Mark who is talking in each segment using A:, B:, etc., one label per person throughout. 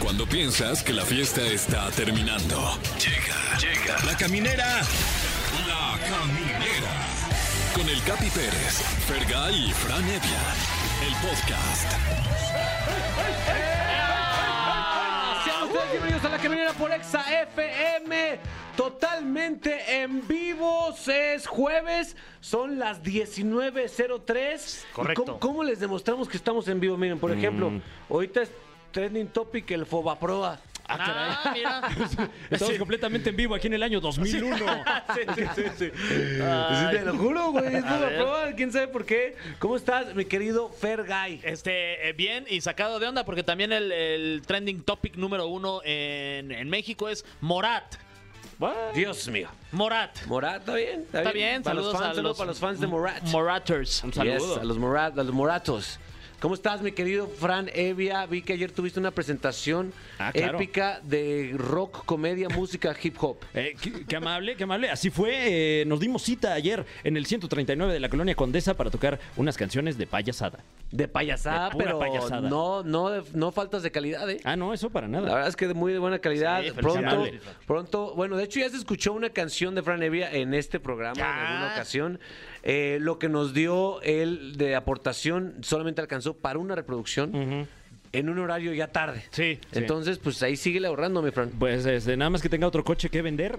A: Cuando piensas que la fiesta está terminando. Llega, llega. La caminera. La caminera. Con el Capi Pérez, Fergal y Fran Evia. El podcast.
B: Sean ustedes bienvenidos a la caminera por Exa FM. Totalmente en vivo. Es jueves, son las 19.03.
C: Correcto.
B: ¿Y ¿Cómo, cómo les demostramos que estamos en vivo? Miren, por ejemplo,
D: Mm.
B: ahorita es trending topic el Fobaproa.
D: Ah, mira.
E: Estamos completamente en vivo aquí en el año 2001.
B: sí, sí, sí, sí. Sí, Te lo juro, güey. Es Fobaproa. ¿Quién sabe por qué? ¿Cómo estás, mi querido Fergay?
D: Este, eh, bien y sacado de onda porque también el, el trending topic número uno en, en México es Morat.
B: Dios mío.
D: Morat.
B: Morat, ¿está bien?
D: Está bien,
B: Para
D: saludos
B: los fans,
D: a
B: saludos
D: los,
B: para los fans de Morat.
D: Moraters. Un saludo.
B: Yes, a los, Morat- a los moratos. ¿Cómo estás, mi querido Fran Evia? Vi que ayer tuviste una presentación
E: Ah, claro.
B: épica de rock, comedia, música, hip hop.
E: Eh, qué, qué amable, qué amable. Así fue. eh, nos dimos cita ayer en el 139 de la Colonia Condesa para tocar unas canciones de payasada.
B: De payasada,
E: De pura
B: pero
E: payasada.
B: no no de- no faltas de calidad, ¿eh?
E: Ah, no, eso para
B: La
E: nada.
B: verdad es que de muy de buena calidad.
D: Sí,
B: pronto,
E: felicidades.
B: pronto, bueno, de hecho ya se escuchó una canción de Fran Evia en este programa en
D: Ya.
E: Ah.
B: alguna ocasión. Eh, lo que nos dio él de aportación solamente alcanzó para una reproducción en un horario ya tarde.
D: Sí.
B: Entonces, pues ahí sigue ahorrando, mi Fran.
E: Pues este, nada más que tenga otro coche que vender.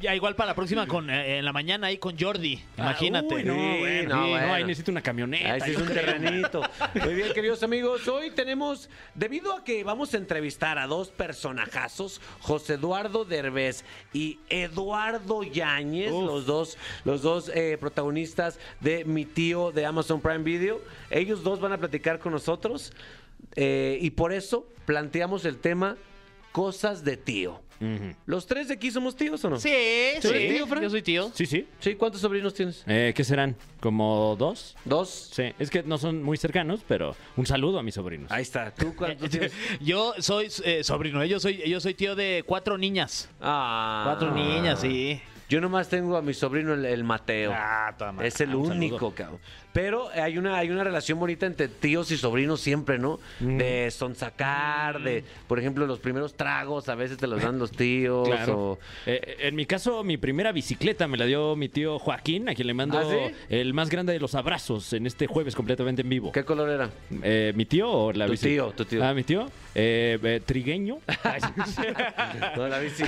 D: ya igual para la próxima con eh, en la mañana ahí con Jordi. Imagínate.
E: Ah, uy, no,
B: Sí,
E: bueno,
B: no,
E: sí, no,
B: bueno.
E: ahí necesito una camioneta.
B: Ahí sí es
E: yo
B: un
E: creo.
B: terrenito. Muy bien, queridos amigos. Hoy tenemos, debido a que vamos a entrevistar a dos personajazos, José Eduardo Derbez y Eduardo Yáñez, los dos, los dos eh, protagonistas de Mi Tío de Amazon Prime Video. Ellos dos van a platicar con nosotros eh, y por eso planteamos el tema Cosas de Tío. ¿Los tres de aquí somos tíos o no?
D: Sí, sí.
B: ¿Tú eres tío, Fran?
D: Yo soy tío.
E: Sí, sí.
B: ¿Sí? ¿Cuántos sobrinos tienes?
E: Eh, ¿Qué serán? ¿Como dos?
B: ¿Dos?
E: Sí, es que no son muy cercanos, pero un saludo a mis sobrinos.
B: Ahí está. ¿Tú cuántos tienes?
D: Yo soy eh, sobrino, eh, yo soy, yo soy tío de cuatro niñas.
B: Ah.
D: Cuatro niñas, sí.
B: Yo nomás tengo a mi sobrino el, el Mateo.
C: Ah, toda madre.
B: es el
E: un
B: único,
E: saludo.
B: cabrón. Pero hay una, hay una relación bonita entre tíos y sobrinos siempre, ¿no? De sonsacar, de, por ejemplo, los primeros tragos a veces te los dan los tíos.
E: Claro.
B: o-
E: Eh, en mi caso, mi primera bicicleta me la dio mi tío Joaquín, a quien le mando
B: ¿Ah, sí?
E: el más grande de los abrazos en este jueves completamente en vivo.
B: ¿Qué color era?
E: Eh, ¿Mi tío o la
B: Tu
E: bici?
B: tío, tu tío.
E: Ah, mi tío. Eh, eh, trigueño. Ay, sí.
B: No, la bici.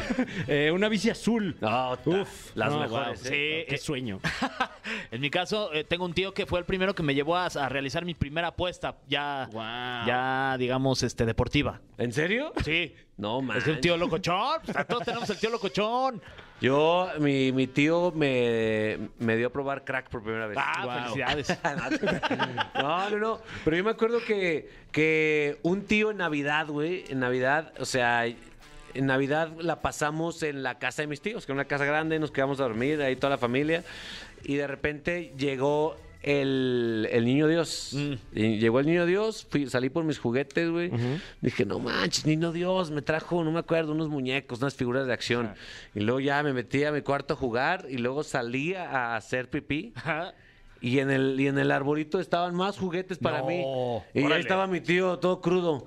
E: Eh, una bici azul.
B: No, ta-
E: Uf,
B: las
E: no,
B: mejores.
E: wow,
B: ¿eh?
D: ¿eh?
E: sí, qué sueño.
D: En mi caso, eh, tengo un tío que fue el primero que me llevó a, a realizar mi primera apuesta ya,
E: Guau.
D: ya digamos, este, deportiva.
B: ¿En serio?
D: Sí.
B: No, man.
D: Es un tío locochón. pues, a todos tenemos el tío locochón.
B: Yo, mi, mi tío me, me dio a probar crack por primera vez.
D: Ah,
E: Guau.
D: felicidades.
B: No, no, no. Pero yo me acuerdo que, que un tío en Navidad, güey, en Navidad, o sea, en Navidad la pasamos en la casa de mis tíos, que era una casa grande, nos quedamos a dormir, ahí toda la familia. Y de repente llegó el, el niño Dios. Y llegó el niño Dios, fui- salí por mis juguetes, güey. Dije, no manches, niño Dios, me trajo, no me acuerdo, unos muñecos, unas figuras de acción. Y luego ya me metí a mi cuarto a jugar y luego salí a hacer pipí.
D: Ajá.
B: Y en el, y en el arbolito estaban más juguetes para
D: No,
B: mí. Y ahí
D: órale.
B: estaba mi tío todo crudo.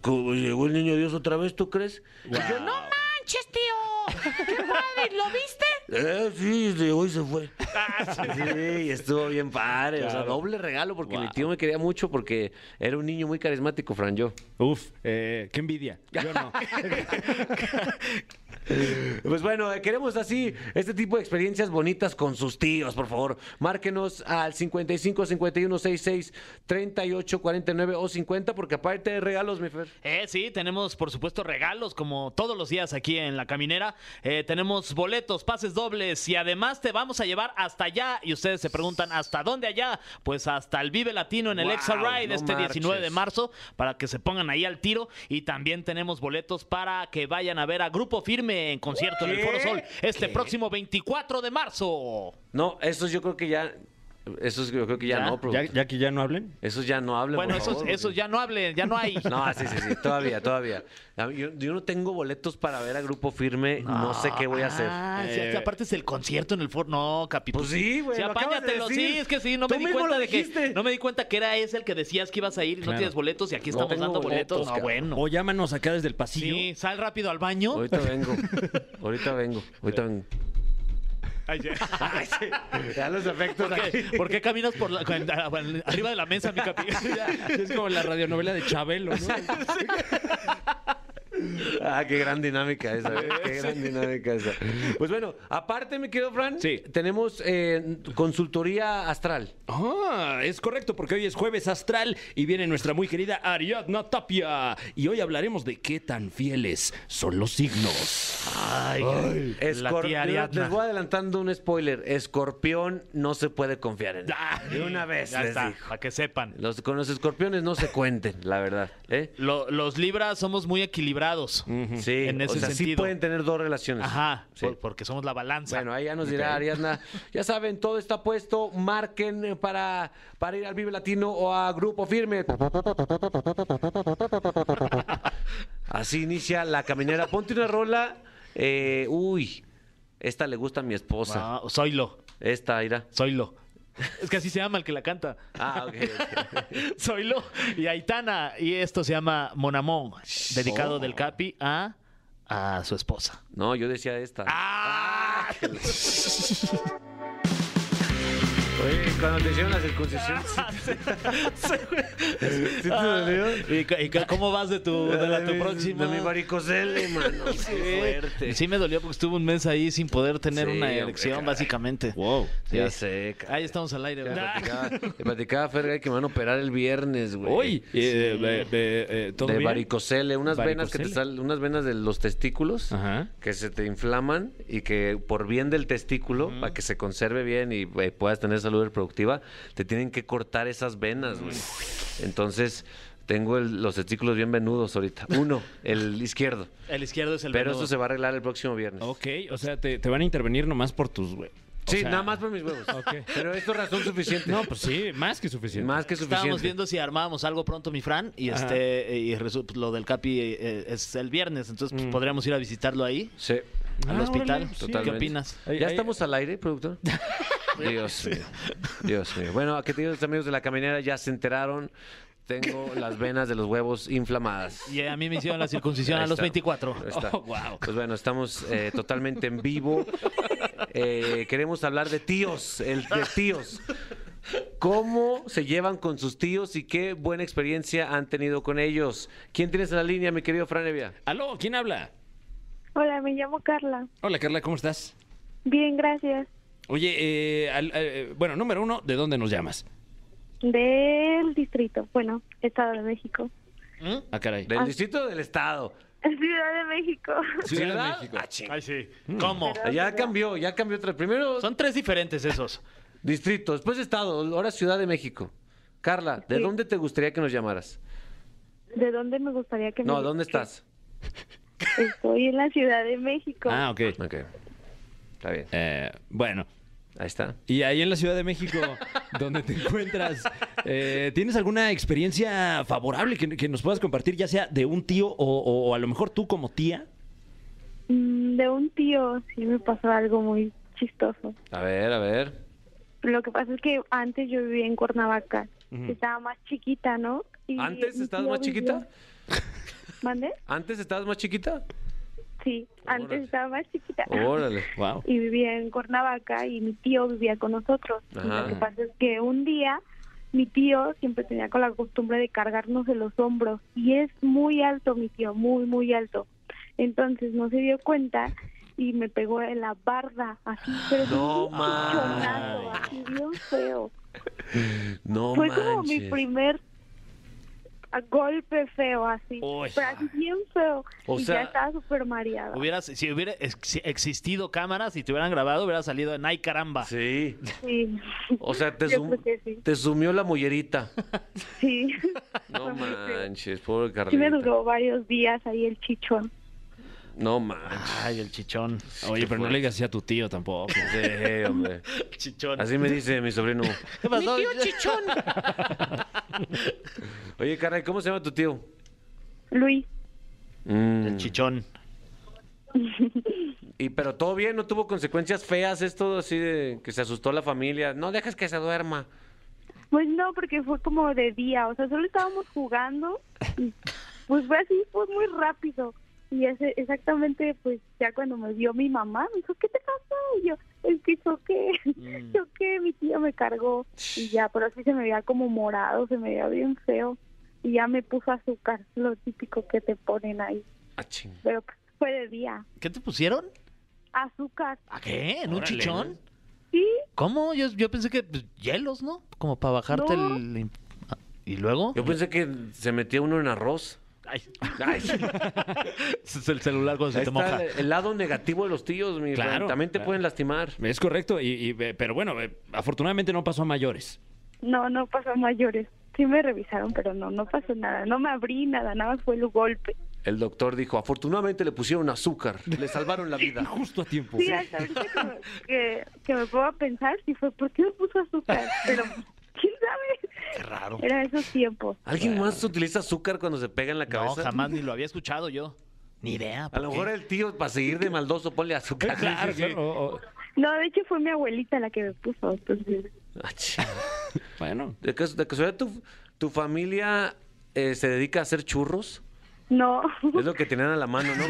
B: Como Llegó el niño Dios otra vez, ¿tú crees? Y yo, no manches, tío. Qué padre, ¿lo viste? Eh, sí, llegó y se fue.
D: Ah,
B: sí, y estuvo bien padre. O sea, doble regalo porque mi tío me quería mucho porque era un niño muy carismático, Fran, yo.
E: Uf, eh, qué envidia. Yo no.
B: Pues bueno, eh, queremos así este tipo de experiencias bonitas con sus tíos, por favor. Márquenos al 55 51 66 38 49 o 50 porque aparte de regalos, mi Fer.
D: Eh, sí, tenemos por supuesto regalos como todos los días aquí en La Caminera. Eh, tenemos boletos, pases dobles y además te vamos a llevar hasta allá. Y ustedes se preguntan, ¿hasta dónde allá? Pues hasta el Vive Latino en el
B: Wow,
D: Exa Ride
B: no
D: este 19 de
B: marches.
D: marzo para que se pongan ahí al tiro. Y también tenemos boletos para que vayan a ver a Grupo Firme en concierto en el Foro Sol este próximo 24 de marzo.
B: No, esos yo creo que ya Esos yo creo que ya,
D: Ya,
B: no,
E: Ya,
B: productor.
E: ya que ya no hablen.
B: Esos ya no hablan,
D: Bueno,
B: por
D: esos,
B: favor,
D: esos
B: porque-
D: ya no hablen, ya no hay.
B: No, sí, sí, sí, todavía, todavía. A mí- Yo, yo no tengo boletos para ver a Grupo Firme, no, sé qué voy a hacer.
D: Ah, sí,
E: Eh,
D: sí, aparte es el concierto en el Foro. No, capitán.
B: Pues sí, güey,
D: Sí,
B: lo acabas de
D: apáñatelo.
B: decir.
D: Sí, es que sí, no
B: Tú
D: me di
B: mismo
D: cuenta
B: lo
D: de que.
B: dijiste.
D: No me di cuenta que era ese el que decías que ibas a ir. y No
E: Claro.
D: tienes boletos y aquí estamos
B: tengo
D: dando boletos.
B: boletos,
D: no,
B: cabrón.
D: bueno.
E: O llámanos acá desde el pasillo.
D: Sí, sal rápido al baño.
B: Ahorita vengo, ahorita vengo, ahorita vengo.
D: Ay, ya.
B: Ya los efectos
D: ¿Por qué, por qué caminas por la- con- arriba de la mesa, mi capi?
E: Es como la radionovela de Chabelo, ¿no?
B: Ah, qué gran dinámica esa, ¿eh? qué gran dinámica esa. Pues bueno, aparte, mi querido Fran,
E: Sí.
B: tenemos eh, consultoría astral.
E: Ah, es correcto, porque hoy es jueves astral y viene nuestra muy querida Ariadna Tapia. Y hoy hablaremos de qué tan fieles son los signos.
D: Ay, la
B: Escor-
D: tía Ariadna.
B: Les voy adelantando un spoiler. Escorpión no se puede confiar en él.
D: Ay,
B: De una vez
D: Ah, ya
B: les
D: está,
B: dijo.
D: para que sepan.
B: Los, con los escorpiones no se cuenten, la verdad. ¿eh?
D: Lo- los libras somos muy equilibrados.
B: Sí,
D: En ese
B: o sea, sí
D: sentido.
B: pueden tener dos relaciones.
D: Ajá,
B: Sí.
D: por- porque somos la balanza.
B: Bueno, ahí ya nos dirá Ariadna. Ya saben, todo está puesto. Marquen eh, para, para ir al Vive Latino o a Grupo Firme. Así inicia la caminera. Ponte una rola. eh, uy, esta le gusta a mi esposa.
D: Ah, Zoilo,
B: Esta, Ira.
D: Zoilo. Es que así se llama el que la canta.
B: Ah, ok. ok.
D: Zoilo y Aitana. Y esto se llama Monamón, dedicado del Capi a, a su esposa.
B: No, yo decía esta.
D: ¡Ah!
B: Oye, cuando te hicieron la circuncisión. ¿Sí te dolió?
D: ¿Y, cu- y cu- cómo vas de tu, de la- tu
B: Ay,
D: próxima?
B: De mi varicocele, mano. Qué fuerte.
D: Sí me dolió porque estuve un mes ahí sin poder tener
B: Sí,
D: una
B: hombre,
D: erección,
B: caray.
D: básicamente.
E: Wow.
D: Sí.
B: Ya sé, caray.
D: Ahí estamos al aire,
B: Le
D: ¿verdad?
B: platicaba, le platicaba a Fergay que me van a operar el viernes, güey.
E: Hoy, eh, eh, eh, eh, ¿todo
B: de
E: bien?
B: varicocele, unas venas que te
E: Varicocele.
B: salen, unas venas de los testículos
E: Ajá.
B: que se te inflaman y que por bien del testículo, para que se conserve bien y eh, puedas tener salud reproductiva, te tienen que cortar esas venas, güey.
D: Mm.
B: Entonces, tengo el- los testículos bien venudos ahorita. Uno, el izquierdo.
D: El izquierdo es el
B: Pero
D: venudo.
B: esto se va a arreglar el próximo viernes.
E: Ok, o sea, te, te van a intervenir nomás por tus, güey. O
B: Sí,
E: sea-
B: nada más por mis huevos.
E: Ok.
B: Pero esto es razón suficiente.
E: No, pues sí, más que suficiente.
B: Más que suficiente.
D: Estábamos viendo si armábamos algo pronto, mi Fran, y
E: Ajá.
D: este y resu- lo del Capi eh, es el viernes, entonces pues, podríamos ir a visitarlo ahí,
B: Sí.
D: al
E: Ah,
D: hospital.
E: órale, sí.
D: ¿Qué
B: Totalmente.
D: opinas?
E: Ay,
B: ¿Ya
E: ay,
B: estamos al aire, productor? Dios mío. Dios mío. Bueno, a que queridos amigos de la caminera ya se enteraron. Tengo las venas de los huevos inflamadas.
D: Y a mí me hicieron la circuncisión
B: Ahí
D: a los
B: está.
D: 24.
B: Ahí está.
E: Oh, wow.
B: Pues bueno, estamos eh, totalmente en vivo. Eh, queremos hablar de tíos, el de tíos. ¿Cómo se llevan con sus tíos y qué buena experiencia han tenido con ellos? ¿Quién tienes en la línea, mi querido Franevia?
E: Aló, ¿quién habla?
C: Hola, me llamo Carla.
E: Hola, Carla, ¿cómo estás?
C: Bien, gracias.
E: Oye, eh, al- eh, bueno, número uno, ¿de dónde nos llamas?
C: Del distrito, bueno, Estado de México.
E: Ah, caray.
B: ¿Del distrito o del estado?
C: Ciudad de México.
E: Ciudad de
B: ¿Ciudad?
E: México.
B: Ah, ching.
D: Ay, sí. ¿Cómo?
B: Ya cambió, ya cambió otra. Primero
D: Son tres diferentes esos.
B: distrito, después estado, ahora Ciudad de México. Carla, ¿de
C: Sí.
B: dónde te gustaría que nos llamaras?
C: ¿De dónde me gustaría que
B: No,
C: me...
B: ¿dónde estás?
C: Estoy en la Ciudad de México.
E: Ah, ok.
B: Ok. Está bien.
E: Eh, bueno,
B: Ahí está.
E: Y ahí en la Ciudad de México, donde te encuentras, eh, ¿tienes alguna experiencia favorable que, que nos puedas compartir, ya sea de un tío o, o- o a lo mejor tú como tía?
C: Mm, De un tío sí me pasó algo muy chistoso.
B: A ver, a ver.
C: Lo que pasa es que antes yo vivía en Cuernavaca.
E: Ujú.
C: Estaba más chiquita, ¿no? Y
B: ¿Antes
C: mi
B: estabas
C: tío
B: más
C: vivía-
B: chiquita?
C: ¿Mande?
B: ¿Antes estabas más chiquita?
C: Sí,
B: Órale.
C: antes estaba más chiquita.
B: Órale.
E: Wow.
C: y vivía en Cuernavaca y mi tío vivía con nosotros. Y
B: Ajá.
C: Lo que pasa es que un día mi tío siempre tenía con la costumbre de cargarnos de los hombros y es muy alto mi tío, muy, muy alto. Entonces no se dio cuenta y me pegó en la barda, así, pero
B: No
C: un chonazo,
B: manches.
C: así bien feo.
B: No
C: Fue como mi
B: manches.
C: primer a- golpe feo, así,
D: Uy.
C: pero así bien feo.
B: O
C: y
B: sea,
C: ya estaba súper mareada.
D: Hubieras, si hubiera ex- existido cámaras y te hubieran grabado, hubiera salido en ¡ay, caramba!
B: Sí.
C: Sí.
B: O sea, te,
C: Yo
B: sum-
C: creo que sí.
B: te sumió la mollerita.
C: Sí.
B: No
C: Fue muy feo.
B: manches, pobre
C: Sí me
B: Carlita.
C: duró varios días ahí el chichón.
B: No manches.
D: Ay, el chichón.
E: Oye, pero no le digas así a tu tío tampoco.
B: Sí, hombre.
D: Chichón.
B: Así me dice mi sobrino.
D: ¿Qué pasó?
B: chichón. Oye, caray, ¿cómo se llama tu tío? Mm.
C: Luis,
D: El chichón.
B: Y pero todo bien, no tuvo consecuencias feas esto así de que se asustó la familia. No dejes que se duerma.
C: pues no, porque fue como de día, o sea, solo estábamos jugando y pues fue así, fue muy rápido. Y ese, exactamente, pues ya cuando me vio mi mamá, me dijo, ¿qué te pasa? Y yo, es que choqué,
B: Mm.
C: choqué, mi tío me cargó. Y ya, pero así se me veía como morado, se me veía bien feo. Y ya me puso azúcar, lo típico que te ponen ahí.
B: Ah, ching.
C: Pero pues, fue de día.
D: ¿Qué te pusieron?
C: Azúcar,
D: ¿A qué? ¿En un
E: Órale.
D: chichón?
C: sí,
D: ¿Cómo? Yo, yo pensé que pues, hielos, ¿no? Como para bajarte
C: No.
D: el... imp- Ah, ¿Y luego?
B: Yo pensé que se metía uno en arroz.
D: Ay.
B: Ay,
D: Es el celular cuando se
B: ahí está
D: te moja.
B: el, el lado negativo de los tíos, mi
E: Claro,
B: Fran. También te
E: claro.
B: pueden lastimar.
E: Es correcto, y, y- pero bueno, eh, afortunadamente no pasó a mayores.
C: No, no pasó a mayores. Sí me revisaron, pero no, no pasó nada. No me abrí nada, nada más fue el golpe.
B: El doctor dijo, afortunadamente le pusieron azúcar, le salvaron la vida.
E: Justo a tiempo.
C: Sí, hasta ahorita que me, que, que me puedo pensar si fue por qué me puso azúcar. Pero quién sabe. Qué raro. Era esos tiempos.
B: ¿Alguien más utiliza azúcar cuando se pega en la
D: No,
B: cabeza?
D: jamás ni lo había escuchado yo. Ni idea.
B: A
D: ¿por
B: lo
D: qué?
B: mejor el tío, para seguir de maldoso, ponle azúcar.
E: Claro,
B: Sí, sí, sí.
E: claro, o- o-
C: No, de hecho fue mi abuelita la que me puso. Entonces,
B: Ah, ching.
E: bueno,
B: ¿De cas- de casualidad tu, tu familia eh, se dedica a hacer churros?
C: no.
B: Es lo que tenían a la mano, ¿no?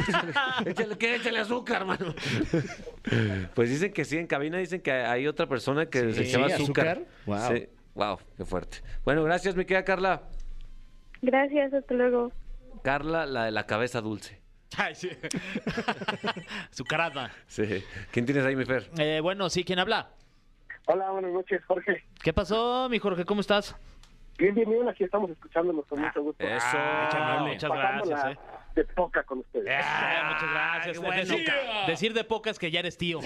B: échale, ¿qué? échale azúcar, hermano. Pues dicen que sí, en cabina dicen que hay otra persona que se
E: Sí,
B: echaba azúcar.
E: azúcar. Wow.
B: Sí. Wow, qué fuerte. Bueno, gracias, mi querida Carla.
C: Gracias, hasta luego.
B: Carla, la de la cabeza dulce.
D: Ay, sí. Su carada.
B: Sí. ¿Quién tienes ahí, mi Fer?
D: Eh, bueno, sí, ¿quién habla?
F: Hola, buenas noches, Jorge.
D: ¿Qué pasó, mi Jorge? ¿Cómo estás?
F: Bien, bien, bien, aquí estamos escuchándonos con mucho gusto.
B: Eso.
D: Ah, muchas
F: Pasándola
D: gracias. eh.
F: De poca con ustedes.
D: Ah, muchas gracias.
B: qué bueno.
D: decir, decir de pocas que ya eres tío.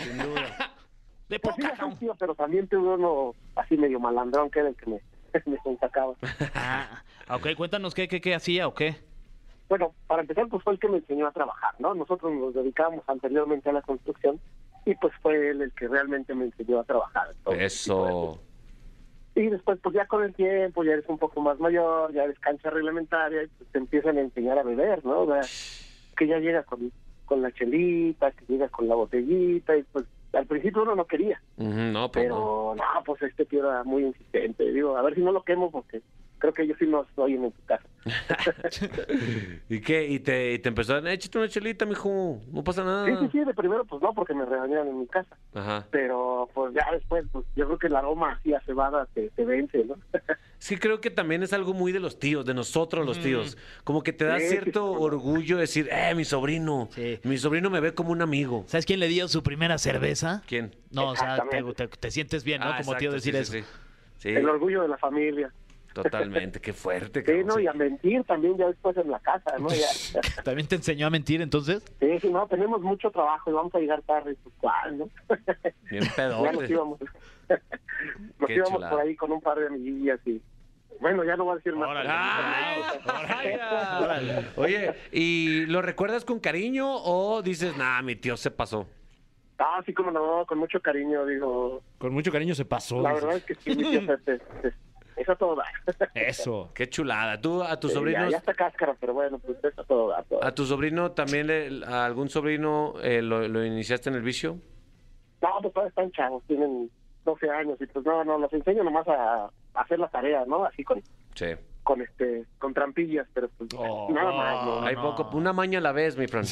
D: De
F: Pues sí,
D: pocas.
F: ya soy tío, pero también tuve uno así medio malandrón que era el que me, me sacaba.
D: Ah, ok, cuéntanos qué, qué, qué hacía o qué.
F: Bueno, para empezar, pues fue el que me enseñó a trabajar, ¿no? Nosotros nos dedicábamos anteriormente a la construcción y pues fue él el que realmente me enseñó a trabajar. Entonces, pues,
B: Eso.
F: Y después, pues ya con el tiempo, ya eres un poco más mayor, ya eres cancha reglamentaria, y pues te empiezan a enseñar a beber, ¿no? O sea, que ya llegas con, con la chelita, que llegas con la botellita, y pues al principio uno no quería,
B: Ujú, no, pues no.
F: pero no, pues este tío era muy insistente. Digo, a ver si no lo quemo, porque creo que yo sí no estoy en tu casa.
B: ¿Y qué? ¿Y te, y te empezaron? Échate una chelita, mijo. No pasa
F: Sí, sí,
B: nada.
F: sí, de primero, pues no, porque me regañaron en mi casa.
B: Ajá.
F: Pero pues ya después, pues yo creo que el aroma así a cebada te, te vence, ¿no?
B: Sí, creo que también es algo muy de los tíos, de nosotros los tíos. Como que te da
F: Mm. Sí, sí,
B: cierto
F: sí.
B: orgullo decir, eh, mi sobrino.
D: Sí.
B: Mi sobrino me ve como un amigo.
D: ¿Sabes quién le dio su primera cerveza?
B: ¿Quién?
D: No, o sea, te,
F: Exactamente.
D: te- te sientes bien, ¿no?
B: Ah,
D: Como
B: exacto,
D: tío decir
B: sí,
D: eso.
B: sí, Sí, Sí,
F: El orgullo de la familia.
B: totalmente. Qué fuerte.
F: Sí,
B: cabrón,
F: ¿no?
B: sí.
F: Y a mentir también ya después en la casa, ¿no? Ya.
D: ¿También te enseñó a mentir entonces?
F: Sí, sí, no, tenemos mucho trabajo y vamos a llegar tarde. Pues, ¿cuál, no?
B: Bien
F: ya nos
B: pedote.
F: íbamos, nos
B: Qué
F: íbamos
B: chulada.
F: por ahí con un par de amiguillas y... Bueno, ya no voy a decir más.
D: Órale.
B: Ah,
D: Órale. Órale.
B: Oye, ¿y lo recuerdas con cariño o dices, nah, mi tío se pasó?
F: Ah, sí, como no, con mucho cariño, digo.
E: con mucho cariño se pasó.
F: La
E: dices.
F: verdad es que sí, mi tía se- se- se- es a todo dar.
E: Eso.
B: Qué chulada. ¿Tú a tus
F: Sí, ya,
B: sobrinos,
F: ya está cáscara, pero bueno, pues es a todo dar. todo.
B: a tu sobrino también, le- a algún sobrino eh, lo, lo iniciaste en el vicio?
F: No, pues todavía están chavos, tienen 12 años y pues no, no, los enseño nomás a, a hacer las tareas, ¿no? Así con,
B: Sí.
F: con este, con trampillas, pero pues
B: Oh.
F: nada más, ¿no?
B: Hay poco, una maña a la vez, mi Fran.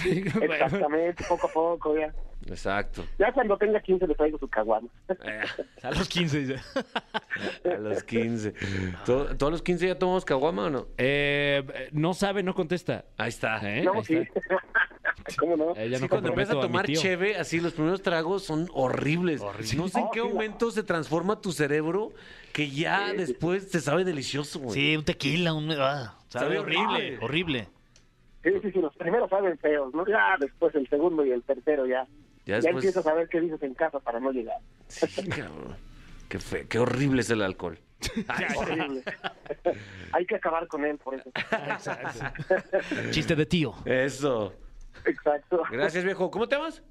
F: Exactamente, poco a poco, ya.
B: Exacto.
F: Ya cuando tenga 15 le traigo su caguama.
B: Eh,
D: A los 15 dice.
B: a los 15. ¿Todo- ¿Todos los 15 ya tomamos caguama o no?
E: Eh, no sabe, no contesta.
B: Ahí está.
E: ¿Eh?
F: no,
E: Ahí
F: sí.
E: está.
F: ¿Cómo no?
E: Eh, ya
B: Sí,
E: no
B: cuando
E: comprometo
B: empiezas a
E: a mi
B: tomar
E: tío.
B: cheve, así los primeros tragos son horribles. No sé en
F: Oh,
B: qué
F: sí, la-
B: momento se transforma tu cerebro que ya después te sabe delicioso, güey.
D: Sí, un tequila, un... ah, sabe
B: Sabe
D: horrible,
B: horrible.
D: horrible.
F: Sí, sí, sí, los primeros saben feos, ¿no? Ya después el segundo y el tercero ya.
B: Ya
F: Ya,
B: después-
F: empiezas a ver qué dices en casa para no llegar.
B: Sí, cabrón. Qué, fe- qué horrible es el alcohol.
F: Horrible. Hay que acabar con él por eso.
D: Chiste de tío.
B: Eso.
G: Exacto.
B: Gracias, viejo. ¿Cómo te llamas?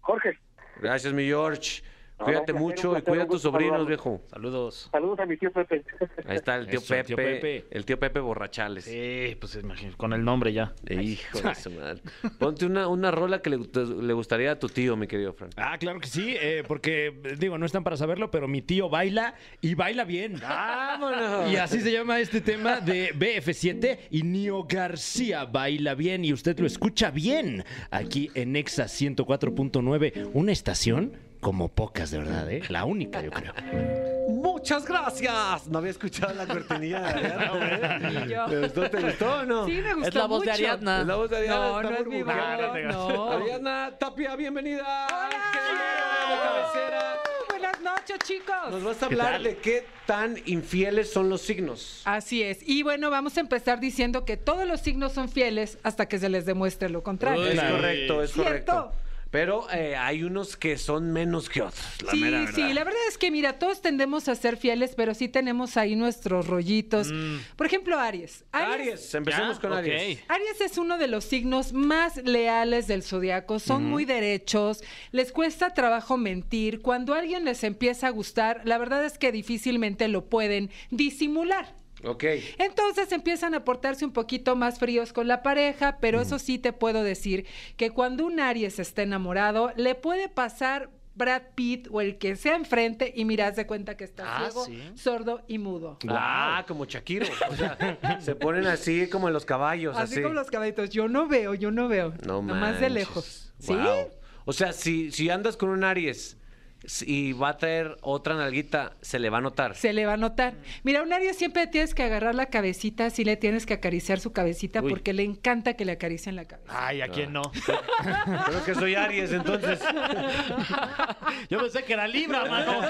G: Jorge,
B: Gracias, mi George.
G: No,
B: Cuídate
G: gracias,
B: mucho
G: un
B: y
G: placer,
B: cuida a
G: un
B: tus
G: gusto
B: sobrinos,
G: saludarlos.
B: viejo.
D: Saludos.
G: saludos a mi tío Pepe.
B: Ahí está el tío,
D: Eso,
B: Pepe,
D: el tío Pepe.
B: El tío Pepe Borrachales.
D: Sí, pues imagínate, con el nombre ya.
B: Hijo de su madre. Ponte una, una rola que le, gust- le gustaría a tu tío, mi querido Frank.
E: Ah, claro que sí, eh, porque eh, digo, no están para saberlo, pero mi tío baila y baila bien.
B: ¡Vámonos!
E: Y así se llama este tema de BF7 y Nio García baila bien y usted lo escucha bien aquí en Exa 104.9, una estación como pocas de verdad, ¿eh? la única yo creo.
B: ¡Muchas gracias! No había escuchado la cortinilla de Ariadna, ¿eh?
H: Yo.
B: ¿Te gustó, te gustó o no?
H: Sí, me gustó
D: Es la voz de
H: mucho.
D: Ariadna.
B: La voz de Ariadna
H: No,
B: está
H: no es mi voz.
B: burbujeando.
H: No.
B: Ariadna Tapia, bienvenida. al Genero de cabecera.
H: ¡Uh! Buenas noches,
B: Nos
H: chicos.
B: vas a hablar de qué tan infieles son los signos.
H: Así es. Y bueno, vamos a empezar diciendo que todos los signos son fieles hasta que se les demuestre lo contrario.
B: Es
D: Claro.
B: correcto, es
H: ¿Cierto?
B: correcto. Pero eh, hay unos que son menos que otros. La
H: sí,
B: mera verdad.
H: sí, la verdad es que mira, todos tendemos a ser fieles, pero sí tenemos ahí nuestros rollitos. Por ejemplo, Aries.
B: Mm. Aries, empecemos
D: Ya,
B: con
D: ok.
B: Aries.
H: Aries es uno de los signos más leales del zodiaco. Son muy derechos, les cuesta trabajo mentir. Cuando alguien les empieza a gustar, la verdad es que difícilmente lo pueden disimular.
B: Ok.
H: Entonces empiezan a portarse un poquito más fríos con la pareja, pero eso sí te puedo decir que cuando un Aries está enamorado, le puede pasar Brad Pitt o el que sea enfrente y miras de cuenta que está
D: Ah,
H: ciego,
D: ¿sí?
H: sordo y mudo.
B: Ah, como Shakiro. O sea, se ponen así como en los caballos. Así,
H: Así, como los caballitos, yo no veo, yo no veo,
B: No
H: más de
B: manches.
H: lejos. ¿Sí?
B: Guau. O sea, si, si andas con un Aries y va a traer otra nalguita, se le va a notar.
H: Se le va a notar.
B: Mm.
H: Mira, un Aries siempre tienes que agarrar la cabecita, sí le tienes que acariciar su cabecita
D: Uy.
H: porque le encanta que le acaricien la cabeza.
D: Ay,
B: Ah.
D: ¿a quién no?
B: Creo que soy Aries, entonces.
D: Yo pensé que era Libra, mano.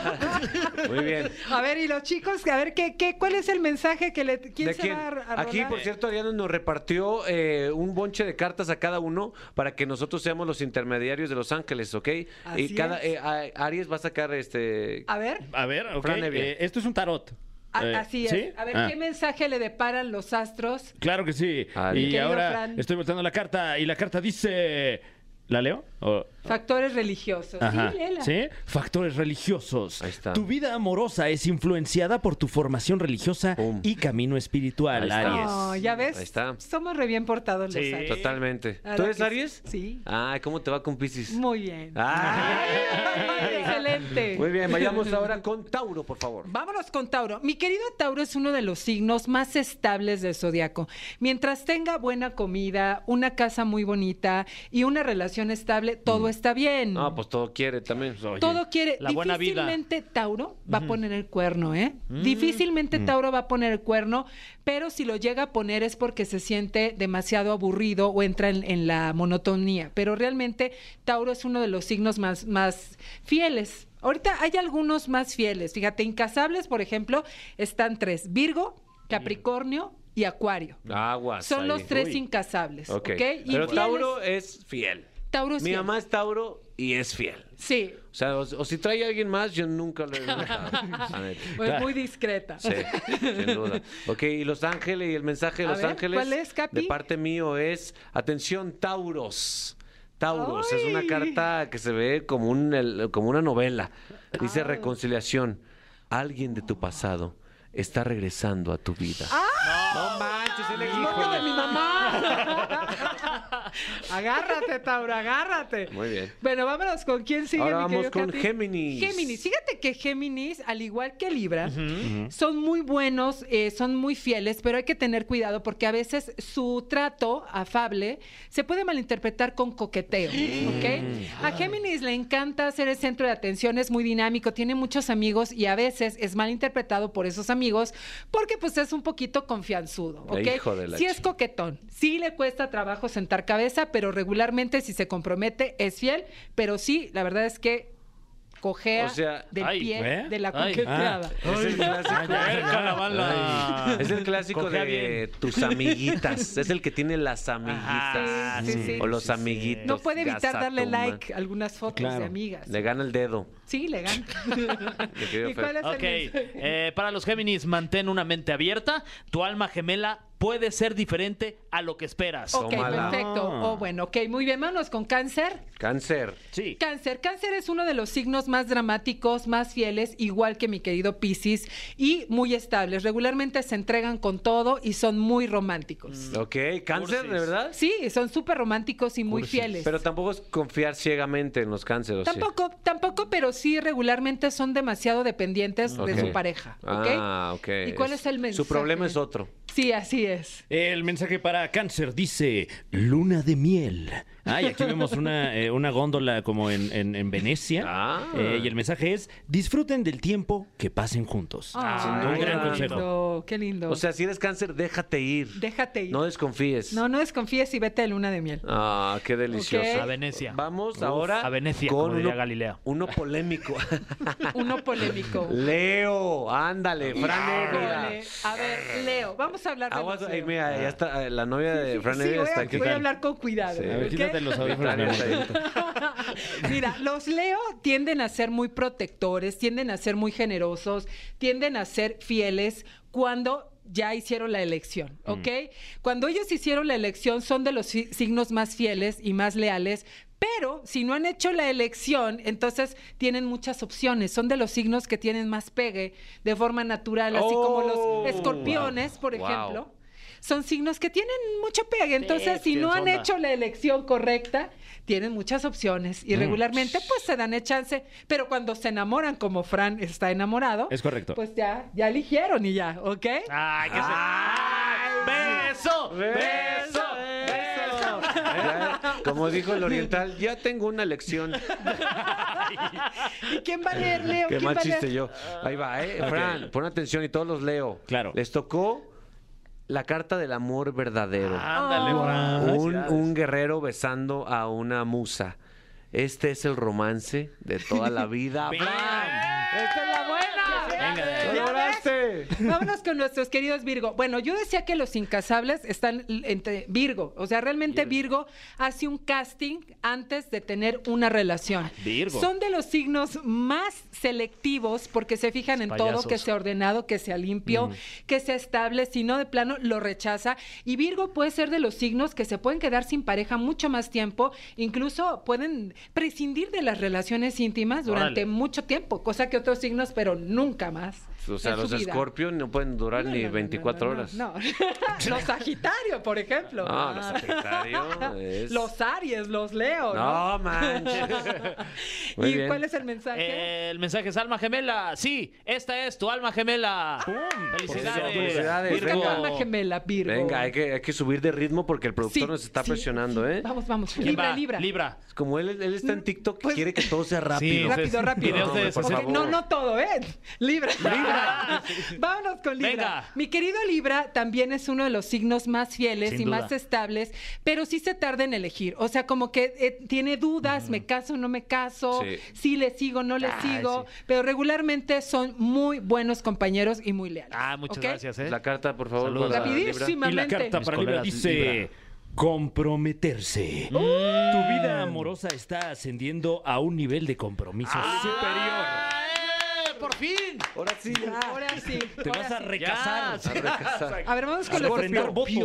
B: Muy bien.
H: A ver, y los chicos, a ver, ¿qué, qué, ¿cuál es el mensaje que le... ¿Quién
B: ¿De
H: se
B: quién?
H: va a, a
B: Aquí,
H: rolar?
B: por cierto, Ariano nos repartió eh, un bonche de cartas a cada uno para que nosotros seamos los intermediarios de Los Ángeles, ¿ok? y
H: Así
B: cada
H: es. Ah,
B: eh, a- Aries va a sacar este.
H: A ver,
E: A ver, ok,
B: Fran Evia.
E: eh, esto es un tarot.
H: a-
E: Eh,
H: así es.
E: ¿sí?
H: A ver,
E: Ah.
H: ¿qué mensaje le deparan los astros?
E: Claro que sí.
B: Aries.
E: Y
H: Querido
E: ahora
H: Fran.
E: estoy volteando la carta y la carta dice... ¿La leo? O-
H: Factores religiosos.
E: Ajá.
H: Sí, léela.
E: ¿Sí? Factores religiosos.
B: Ahí está.
E: Tu vida amorosa es influenciada por tu formación religiosa
B: Pum.
E: y camino
B: Ahí
E: espiritual,
B: está.
E: Aries.
H: No, ya ves.
B: Ahí está.
H: Somos re bien portados
D: Sí.
H: los Aries.
B: Totalmente.
H: Claro
B: ¿Tú
H: que
B: eres
H: sí.
B: Aries?
H: Sí.
B: Ay, ¿cómo te va con Pisces?
H: Muy bien.
B: Ay.
H: Excelente.
B: Muy bien, vayamos ahora con Tauro, por favor.
H: Vámonos con Tauro. Mi querido Tauro es uno de los signos más estables del zodiaco. Mientras tenga buena comida, una casa muy bonita y una relación estable, todo está bien.
B: Mm. No, pues todo quiere también. Oye.
H: Todo quiere.
D: La buena vida.
H: Difícilmente Tauro va a poner el cuerno, ¿eh?
B: Mm.
H: Difícilmente Tauro va a poner el cuerno, pero si lo llega a poner es porque se siente demasiado aburrido o entra en, en la monotonía. Pero realmente Tauro es uno de los signos más, más fieles. Ahorita hay algunos más fieles. Fíjate, incasables, por ejemplo, están tres: Virgo, Capricornio y Acuario.
B: Aguas.
H: Son
B: ahí.
H: los tres
B: Uy.
H: incasables.
B: Ok.
H: ¿Ok?
B: Pero
H: Infieles,
B: Tauro es fiel.
H: Tauro es
B: Mi
H: fiel.
B: mamá es Tauro y es fiel.
H: Sí.
B: O sea, o, o si trae a alguien más, yo nunca lo he dejado. La neta.
H: o Es Pues muy discreta.
B: Sí, sin duda. Ok, y Los Ángeles, y el mensaje de
H: A
B: Los
H: ver,
B: Ángeles
H: ¿cuál es, Capi?
B: de parte mío es, atención, Tauros. Tauros, es una
H: ¡Ay!
B: carta que se ve como, un, el- como una novela. Dice
H: Ah.
B: reconciliación. Alguien de tu pasado está regresando a tu vida.
H: Ah,
B: No manches, el hijo de mi
H: mamá! agárrate, Tauro, agárrate.
B: Muy bien.
H: Bueno, vámonos con quién sigue.
B: Ahora
H: mi
B: vamos
H: querido
B: con
H: Capi?
B: Géminis.
H: Géminis. Fíjate que Géminis, al igual que Libra, son muy buenos, eh, son muy fieles, pero hay que tener cuidado porque a veces su trato afable se puede malinterpretar con coqueteo. ¿ok? A Géminis le encanta ser el centro de atención, es muy dinámico, tiene muchos amigos y a veces es malinterpretado por esos amigos porque pues es un poquito confianzudo. ¿ok?
B: Hijo de la
H: Sí es
B: chi-
H: coquetón, sí le cuesta trabajo sentar cabeza, pero regularmente si se compromete es fiel, pero sí, la verdad es que cojea
B: O sea,
H: del
D: ay,
H: pie
E: ¿eh?
H: de la
D: Ay.
H: coqueteada.
B: Es el clásico.
D: la bala.
B: Ay, Es el clásico
D: Cogea
B: de
D: bien.
B: tus amiguitas. Es el que tiene las amiguitas.
H: Ajá, sí, sí, sí.
B: O los
D: Sí, sí.
B: amiguitos.
H: No puede evitar darle
B: Gazatuma.
H: like a algunas fotos
E: Claro.
H: de amigas.
B: Le gana el dedo.
H: Sí, le gana.
B: Mi querido
H: ¿Y cuál
B: Fer.
H: es el
D: Ok,
H: mensaje?
D: eh, para los Géminis, mantén una mente abierta. Tu alma gemela puede ser diferente a lo que esperas.
H: Ok,
B: Tómala.
H: perfecto.
E: Ah.
H: Oh, bueno, ok, muy bien. Vámonos con cáncer.
B: Cáncer.
E: Sí.
H: Cáncer. Cáncer es uno de los signos más dramáticos, más fieles, igual que mi querido Piscis, y muy estables. Regularmente se entregan con todo y son muy románticos.
B: Ok, cáncer,
D: Cursis.
B: ¿de verdad?
H: Sí, son súper románticos y muy
B: Cursis.
H: fieles.
B: Pero tampoco es confiar ciegamente en los cánceres. ¿sí?
H: Tampoco, tampoco, pero sí regularmente son demasiado dependientes
B: Ok.
H: de su pareja. ¿ok?
B: Ah, ok.
H: ¿Y cuál es el mensaje?
B: Su problema es otro.
H: Sí, así es.
E: El mensaje para cáncer dice luna de miel. Ay, aquí vemos una, eh, una góndola como en, en- en Venecia.
B: Ah.
E: Eh, y el mensaje es disfuten del tiempo que pasen juntos.
H: Ay,
B: sin duda.
H: qué
B: Gran
E: Ah, consejo.
H: lindo, qué lindo.
B: O sea, si eres cáncer, déjate ir.
H: Déjate ir.
B: No desconfíes.
H: No, no desconfíes y vete de luna de miel.
B: Ah, qué delicioso.
H: Ok.
D: A Venecia.
B: Vamos
D: Uf,
B: ahora
D: a Venecia,
B: con
D: como diría
B: uno-
D: Galileo.
B: Uno polémico.
H: Uno polémico.
B: Leo, ándale, Fran Evia.
H: Híjole. A ver, Leo, vamos a hablar de
B: Aguas-
H: los
B: ay,
H: Leo.
B: mira, ya está, eh, la novia de Fran
H: Sí,
B: Evia
H: voy,
B: está
H: a,
B: aquí.
H: voy a hablar con cuidado.
B: Sí.
E: A ver,
H: ¿ok?
E: quítate los audífonos. mi
B: Está bien,
E: amor.
B: está bien.
H: Mira, los Leo tienden a ser muy protectores, tienden a ser muy generosos, tienden a ser fieles cuando ya hicieron la elección,
B: Mm.
H: ¿ok? Cuando ellos hicieron la elección son de los si- signos más fieles y más leales. Pero si no han hecho la elección, entonces tienen muchas opciones. Son de los signos que tienen más pegue de forma natural, así
B: Oh,
H: como los escorpiones,
B: wow,
H: por
B: wow.
H: ejemplo. Son signos que tienen mucho pegue. Entonces, si
D: tienen
H: no han
D: onda.
H: hecho la elección correcta, tienen muchas opciones y regularmente pues se dan el chance, pero cuando se enamoran como Fran está enamorado,
E: Es correcto.
H: pues ya ya eligieron y ya, ¿ok?
D: ¡Ay, qué se- ¡Ay! ¡Beso! ¡Beso! ¡Beso!
B: Ya, Como dijo el oriental, ya tengo una lección.
H: ¿Y quién va a leer, Leo?
B: Qué
H: ¿Quién
B: mal
H: va a leer?
B: chiste yo. Ahí va, eh. Fran, pon atención y todos los leo.
E: Claro.
B: Les tocó la carta del amor verdadero.
D: Ah, Ándale,
H: Oh.
D: Fran.
B: un,
D: Felicidades.
B: un guerrero besando a una musa. Este es el romance de toda la vida.
E: Bien.
B: Fran. ¡Esta es la buena!
E: Venga, de ahí.
B: ¡Lo
H: ¿Ya
B: lograste!
H: Vámonos con nuestros queridos Virgo. Bueno, yo decía que los incasables están l- entre Virgo. O sea, realmente Virgo hace un casting antes de tener una relación.
E: Virgo.
H: Son de los signos más selectivos porque se fijan en
D: Payasos.
H: todo, que sea ordenado, que sea limpio, que sea estable. Si no, de plano lo rechaza. Y Virgo puede ser de los signos que se pueden quedar sin pareja mucho más tiempo. Incluso pueden prescindir de las relaciones íntimas durante
D: Órale.
H: mucho tiempo, cosa que otros signos, pero nunca más.
B: O sea,
H: en su
B: los
H: vida.
B: escorpios no pueden durar
H: No,
B: ni
H: no, no, no,
B: 24
H: no,
B: horas.
H: No, los Sagitario, por ejemplo. Ah.
B: No, los Sagitario es-
H: Los Aries, los Leo.
B: No
H: ¿no?
B: manches. Muy
H: ¿Y
B: bien.
H: cuál es el mensaje?
D: El mensaje es alma gemela. Sí, esta es tu alma gemela. Felicidades.
B: Felicidades,
D: Virgo.
H: Virgo.
B: venga.
H: Alma gemela, Virgo.
B: Venga, hay que, hay que subir de ritmo porque el productor
H: Sí,
B: nos está
H: sí,
B: presionando,
H: sí.
B: ¿eh?
H: Vamos, vamos.
D: ¿Quién
H: Libra,
D: va?
H: libra.
D: Libra.
B: Como él, él está en TikTok,
H: pues-
B: quiere que todo sea rápido.
D: Sí,
H: Rápido, rápido.
D: Videos de
B: No, por
H: Ok,
B: favor.
H: no, no todo, ¿eh? Libra. Libra. Vámonos con Libra.
D: Venga.
H: Mi querido Libra también es uno de los signos más fieles
D: Sin
H: y
D: duda.
H: más estables, pero sí se tarda en elegir. O sea, como que eh, tiene dudas, me caso, no me caso,
B: Sí.
H: si le sigo, no le
D: Ay,
H: sigo,
D: sí.
H: pero regularmente son muy buenos compañeros y muy leales.
D: Ah, muchas
H: ¿ok?
D: gracias, ¿eh?
B: La carta, por favor.
D: Saludos.
B: para Libra.
H: Rapidísima.
E: Y la
H: Últimamente.
E: carta
H: Mis
E: para Libra
D: colegas
E: dice comprometerse. Tu vida amorosa está ascendiendo a un nivel de compromiso superior.
D: ¡Ay, ¡Por fin!
B: Ahora sí, ya.
H: Ahora sí.
E: Te
H: ahora
E: vas a
H: sí.
E: recasar.
D: Ya.
B: A recasar.
H: A ver, vamos con los
E: Escorpio.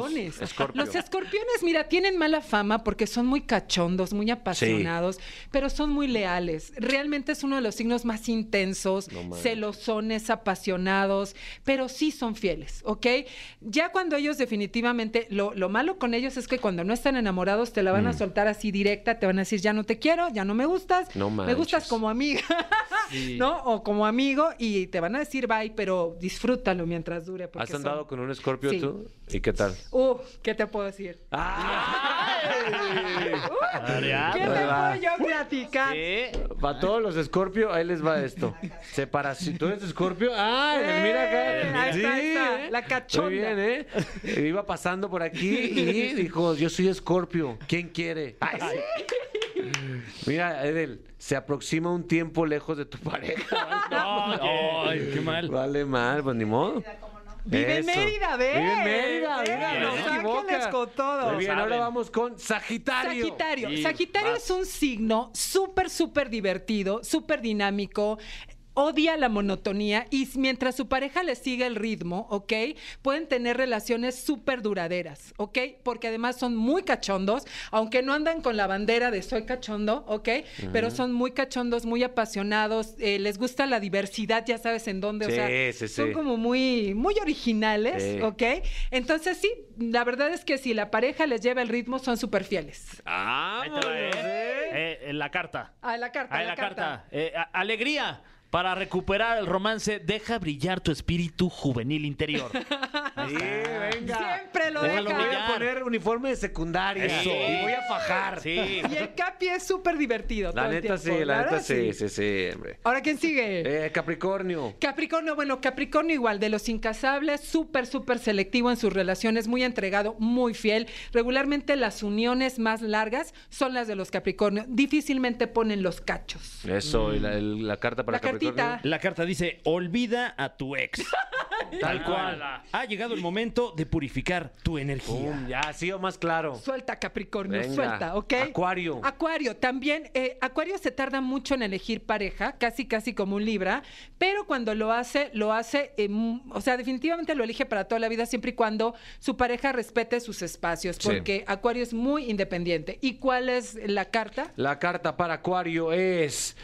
H: escorpiones.
B: Votos. Escorpio.
H: Los escorpiones, mira, tienen mala fama porque son muy cachondos, muy apasionados, pero son muy leales. Realmente es uno de los signos más intensos,
B: No manches.
H: celosones, apasionados, pero sí son fieles, ¿ok? Ya cuando ellos definitivamente, lo, lo malo con ellos es que cuando no están enamorados te la van a
B: Mm.
H: soltar así directa, te van a decir, ya no te quiero, ya no me gustas,
B: No
H: me gustas
B: manches.
H: como amiga, ¿no? O como amigo y te van a decir bye, pero disfrútalo mientras dure. porque
B: ¿Has andado
H: son-
B: con un escorpio
H: Sí.
B: tú? ¿Y qué tal?
H: Uh, ¿qué te puedo decir?
D: Ariadna.
H: ¿Qué te puedo yo platicar?
D: Sí.
B: Para todos los escorpio, ahí les va esto. Separación. ¿Tú eres escorpio? Ah,
H: Eh,
B: mira acá.
H: ahí está, ahí está,
B: ¿eh?
H: la cachonda.
B: Muy bien, ¿eh? Iba pasando por aquí y dijo, yo soy escorpio. ¿Quién quiere? Ay, sí. Mira, Edel, se aproxima un tiempo lejos de tu pareja.
E: Ay, qué mal.
B: Vale mal, pues ni modo.
H: Vive en
B: Eso.
H: Mérida, ve.
B: Vive en Mérida,
H: Ve,
B: mira, no
H: Los
B: se equivoca.
H: Ángeles con todo.
B: Muy bien, ahora
D: Saben.
B: vamos con Sagitario.
H: Sagitario. Sagitario es un signo súper, súper divertido, súper dinámico. odia la monotonía y mientras su pareja le sigue el ritmo, ¿ok? Pueden tener relaciones súper duraderas, ¿ok? Porque además son muy cachondos, aunque no andan con la bandera de soy cachondo, ¿ok? Pero son muy cachondos, muy apasionados, eh, les gusta la diversidad, ya sabes en dónde, o
B: Sí,
H: sea,
B: sí, sí.
H: son como muy, muy originales,
B: Sí.
H: ¿ok? Entonces sí, la verdad es que si la pareja les lleva el ritmo, son súper fieles.
B: Ah,
D: Ahí te va, ¿eh? Eh, eh, la carta.
H: A la carta, a
D: Ahí la carta. Eh, a- alegría. Para recuperar el romance, deja brillar tu espíritu juvenil interior.
B: Sí, venga.
H: Siempre lo
B: Déjalo,
H: deja.
B: voy a poner uniforme de secundaria.
D: Eso.
B: Y voy a fajar.
D: Sí.
H: Y el Capi es súper divertido.
B: La
H: todo el
B: neta
H: tiempo.
B: sí, la neta
H: verdad,
B: sí, sí, sí, hombre.
H: Ahora, ¿quién sigue?
B: Eh, Capricornio.
H: Capricornio, bueno, Capricornio igual, de los incasables, súper, súper selectivo en sus relaciones, muy entregado, muy fiel. Regularmente las uniones más largas son las de los Capricornio. Difícilmente ponen los cachos.
B: Eso, y la, el- la carta para
H: La cartita.
B: Capricornio.
E: La carta dice, olvida a tu ex.
B: Ah,
E: Tal cual. Ha llegado el momento de purificar tu energía.
B: Pum, ya, sí o más claro.
H: Suelta, Capricornio,
B: Venga.
H: suelta, ¿ok?
B: Acuario.
H: Acuario, también. eh, Acuario se tarda mucho en elegir pareja, casi, casi como un Libra, pero cuando lo hace, lo hace, eh, mu- o sea, definitivamente lo elige para toda la vida, siempre y cuando su pareja respete sus espacios,
B: Sí.
H: porque Acuario es muy independiente. ¿Y cuál es la carta?
B: La carta para Acuario es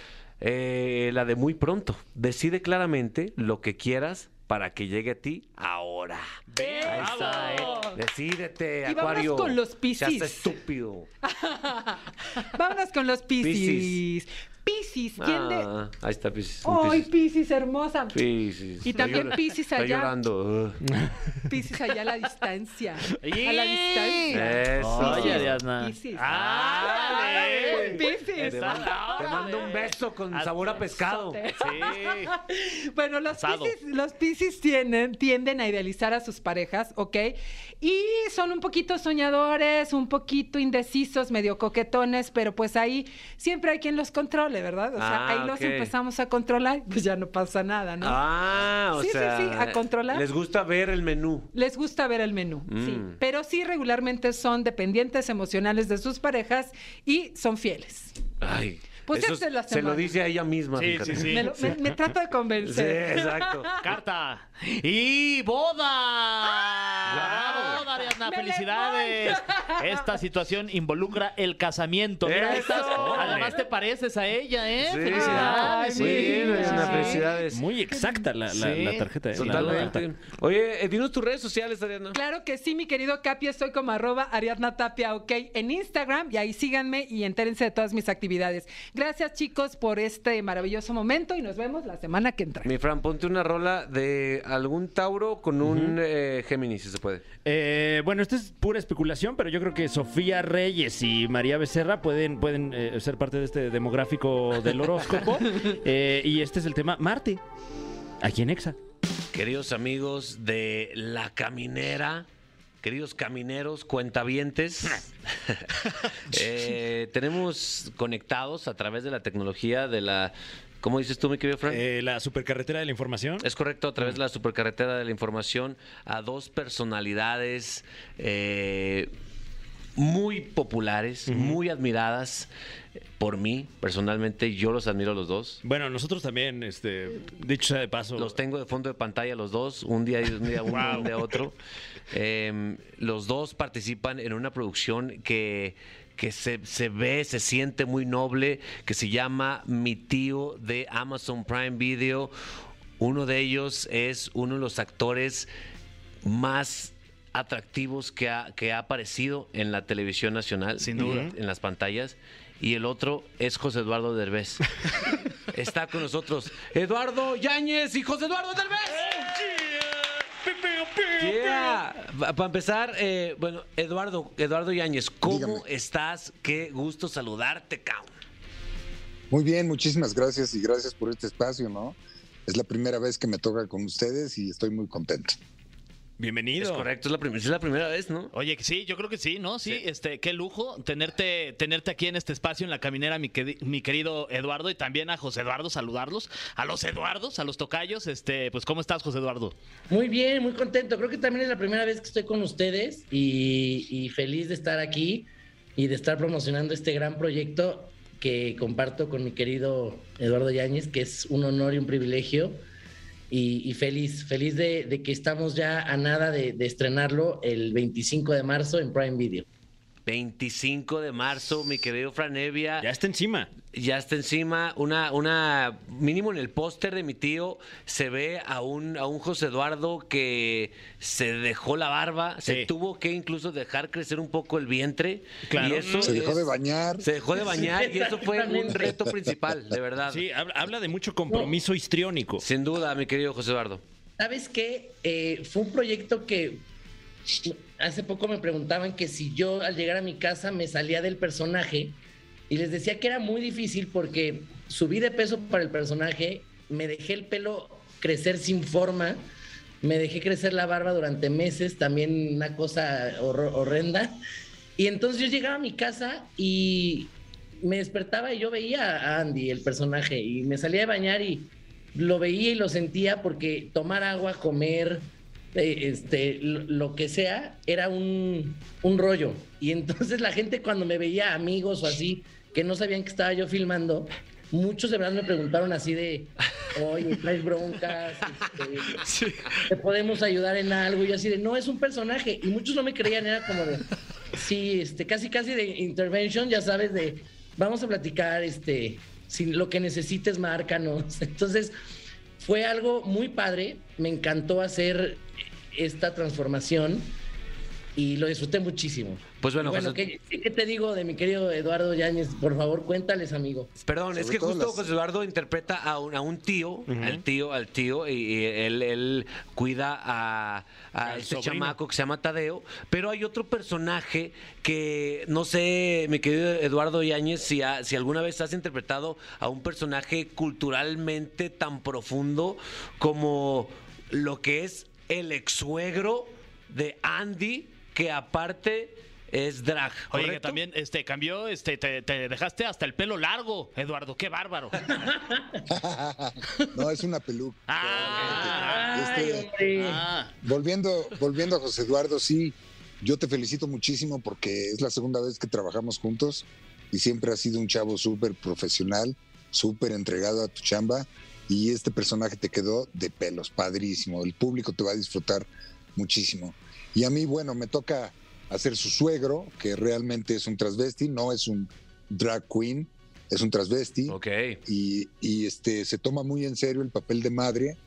B: eh, la de muy pronto. Decide claramente lo que quieras para que llegue a ti ahora. Ahí está, eh. Decídete,
H: Y vámonos
B: Acuario.
H: con los
B: Se
H: Piscis.
B: hace estúpido.
H: Vámonos con los Piscis.
B: Piscis.
H: Piscis, ¿quién de...?
B: Ah, ahí está Piscis. un
H: ¡Ay,
B: Piscis.
H: Piscis, hermosa!
B: Piscis.
H: Y
B: Está
H: también
B: llora-
H: Piscis
B: Está
H: allá.
B: llorando. Ugh.
H: Piscis allá a la distancia. A la
D: ¡Y!
H: distancia.
B: Eso.
D: Oye,
H: Piscis,
D: Ariadna.
H: Piscis.
D: Ah. ¡Ándale!
H: Ay, Piscis.
B: Te mando, te mando un beso con
D: Haz-
B: sabor a pescado.
D: Sí.
H: Bueno, los
D: Asado.
H: piscis, los piscis tienden, tienden a idealizar a sus parejas, ¿ok? Y son un poquito soñadores, un poquito indecisos, medio coquetones, pero pues ahí siempre hay quien los controle, ¿verdad? O sea,
B: Ah,
H: ahí los
B: ok.
H: empezamos a controlar, y pues ya no pasa nada, ¿no?
B: Ah, o
H: Sí, sí,
B: sea.
H: sí, a controlar.
B: Les gusta ver el menú.
H: Les gusta ver el menú, sí.
B: Mm.
H: Pero sí regularmente son dependientes emocionales de sus parejas y son fieles.
B: Ay.
H: Pues
B: eso
H: esta es la
B: Se lo
H: semana.
B: dice a ella misma.
D: Sí,
B: fíjate.
D: sí, sí.
H: me, lo- me- me trato de
B: Sí,
H: convencer.
B: exacto.
D: Carta. ¡Y boda!
B: ¡Bravo!
D: ¡Boda, Ariadna!
H: ¡Me
D: ¡Felicidades! Esta situación involucra el casamiento. Mira,
B: ¡Eso!
D: estás-
B: ¡Órale!
D: además te pareces a ella, ¿eh?
B: Sí.
D: ¡Felicidades!
B: Muy
H: Ay,
B: bien,
H: mira.
B: Ariadna,
H: Sí.
B: felicidades.
E: Muy exacta la, la-
D: Sí,
E: la tarjeta. ¿eh? La
B: pues. Totalmente.
E: carta.
B: Oye, eh, dinos tus redes sociales, Ariadna.
H: Claro que sí, mi querido Capi, estoy como arroba Ariadna Tapia, ok, en Instagram y ahí síganme y entérense de todas mis actividades. Gracias chicos por este maravilloso momento y nos vemos la semana que entra.
B: Mi Fran, ponte una rola de algún Tauro con un eh, Géminis, si se puede.
E: Eh, bueno, esto es pura especulación, pero yo creo que Sofía Reyes y María Becerra pueden, pueden eh, ser parte de este demográfico del horóscopo. Eh, y este es el tema Marte, aquí en Exa.
B: Queridos amigos de La Caminera, queridos camineros, cuentavientes, eh, tenemos conectados a través de la tecnología de la... ¿Cómo dices tú, mi querido Frank?
E: Eh, la supercarretera de la información.
B: Es correcto, a través de la supercarretera de la información a dos personalidades eh, muy populares, muy admiradas por mí. Personalmente yo los admiro a los dos.
E: Bueno, nosotros también, este, dicho sea de paso.
B: Los tengo de fondo de pantalla los dos, un día y un día uno, un día otro. Eh, los dos participan en una producción que, que se, se ve, se siente muy noble, que se llama Mi tío de Amazon Prime Video. Uno de ellos es uno de los actores más atractivos que ha, que ha aparecido en la televisión nacional. Sin duda. En las pantallas. Y el otro es José Eduardo Derbez. Está con nosotros Eduardo Yáñez y José Eduardo Derbez. Para empezar, eh, bueno, Eduardo, Eduardo Yáñez, ¿cómo
I: Dígame.
B: estás? Qué gusto saludarte, cabrón.
I: Muy bien, muchísimas gracias y gracias por este espacio, ¿no? Es la primera vez que me toca con ustedes y estoy muy contento.
E: Bienvenido.
B: Es correcto, es la, prim- es la primera vez, ¿no?
D: Oye, que sí, yo creo que sí, ¿no? Sí, este, qué lujo tenerte, tenerte aquí en este espacio, en la caminera, mi, quedi- mi querido Eduardo, y también a José Eduardo, saludarlos, a los Eduardos, a los tocayos, este, pues, ¿cómo estás, José Eduardo?
F: Muy bien, muy contento. Creo que también es la primera vez que estoy con ustedes y, y feliz de estar aquí y de estar promocionando este gran proyecto que comparto con mi querido Eduardo Yáñez, que es un honor y un privilegio. Y, y feliz, feliz de, de que estamos ya a nada de, de estrenarlo el 25 de marzo en Prime Video.
B: 25 de marzo, mi querido Franevia.
E: Ya está encima.
B: Ya está encima, una, una, mínimo en el póster de mi tío, se ve a un, a un José Eduardo que se dejó la barba, se
E: Sí.
B: tuvo que incluso dejar crecer un poco el vientre.
E: Claro.
B: y eso
I: Se dejó
B: es-
I: de bañar.
B: Se dejó de bañar y eso fue un
F: Exactamente.
B: reto principal, de verdad.
E: Sí, hab- habla, de mucho compromiso histriónico.
B: Sin duda, mi querido José Eduardo.
F: ¿Sabes qué? Eh, fue un proyecto que hace poco me preguntaban que si yo al llegar a mi casa me salía del personaje y les decía que era muy difícil porque subí de peso para el personaje, me dejé el pelo crecer sin forma, me dejé crecer la barba durante meses, también una cosa horro- horrenda. Y entonces yo llegaba a mi casa y me despertaba y yo veía a Andy, el personaje, y me salía de bañar y lo veía y lo sentía porque tomar agua, comer, eh, este, lo, lo que sea, era un, un rollo. Y entonces la gente cuando me veía amigos o así, que no sabían que estaba yo filmando, muchos de verdad me preguntaron así de, oye, traes broncas, Este, te podemos ayudar en algo. Y yo así de, no, es un personaje. Y muchos no me creían, era como de, sí, este, casi, casi de intervention, ya sabes, de, vamos a platicar, este, si lo que necesites, márcanos. Entonces, fue algo muy padre. Me encantó hacer esta transformación y lo disfruté muchísimo.
B: Pues bueno,
F: bueno
B: José-
F: ¿qué, ¿qué te digo de mi querido Eduardo Yáñez? Por favor, cuéntales, amigo.
B: Perdón, es
I: Sobre
B: que
I: todo
B: justo
I: las-
B: José Eduardo interpreta a un, a un tío, al tío, al tío, y, y él, él cuida a, a
E: Al
B: este
E: sobrino.
B: chamaco que se llama Tadeo, pero hay otro personaje que, no sé, mi querido Eduardo Yáñez, si, ha- si alguna vez has interpretado a un personaje culturalmente tan profundo como lo que es el ex-suegro de Andy, que aparte es drag.
D: Oye, que
B: ¿correcto?
D: también este, cambió, este, te, te dejaste hasta el pelo largo, Eduardo, qué bárbaro.
I: no, es una peluca.
D: Ah,
I: Este,
F: hombre.
D: Ah,
I: Volviendo, volviendo a José Eduardo, sí, yo te felicito muchísimo porque es la segunda vez que trabajamos juntos y siempre has sido un chavo súper profesional, súper entregado a tu chamba y este personaje te quedó de pelos, padrísimo. El público te va a disfrutar muchísimo. Y a mí, bueno, me toca hacer su suegro, que realmente es un transvesti, no es un drag queen, es un transvesti
B: Ok.
I: y, y, este, se toma muy en serio el papel de madre.